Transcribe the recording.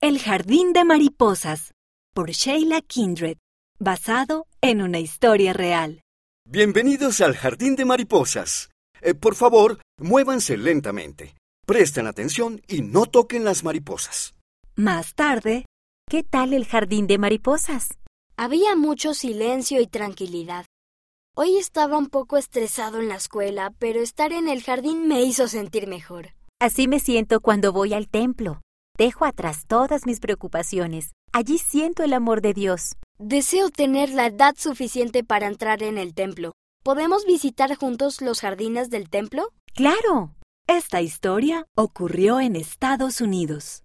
El jardín de mariposas por Sheila Kindred, basado en una historia real. Bienvenidos al Jardín de Mariposas. Eh, por favor, muévanse lentamente. Presten atención y no toquen las mariposas. Más tarde, ¿Qué tal el jardín de mariposas? Había mucho silencio y tranquilidad. Hoy estaba un poco estresado en la escuela, pero estar en el jardín me hizo sentir mejor. Así me siento cuando voy al templo. Dejo atrás todas mis preocupaciones. Allí siento el amor de Dios. Deseo tener la edad suficiente para entrar en el templo. ¿Podemos visitar juntos los jardines del templo? ¡Claro! esta historia ocurrió en Estados Unidos.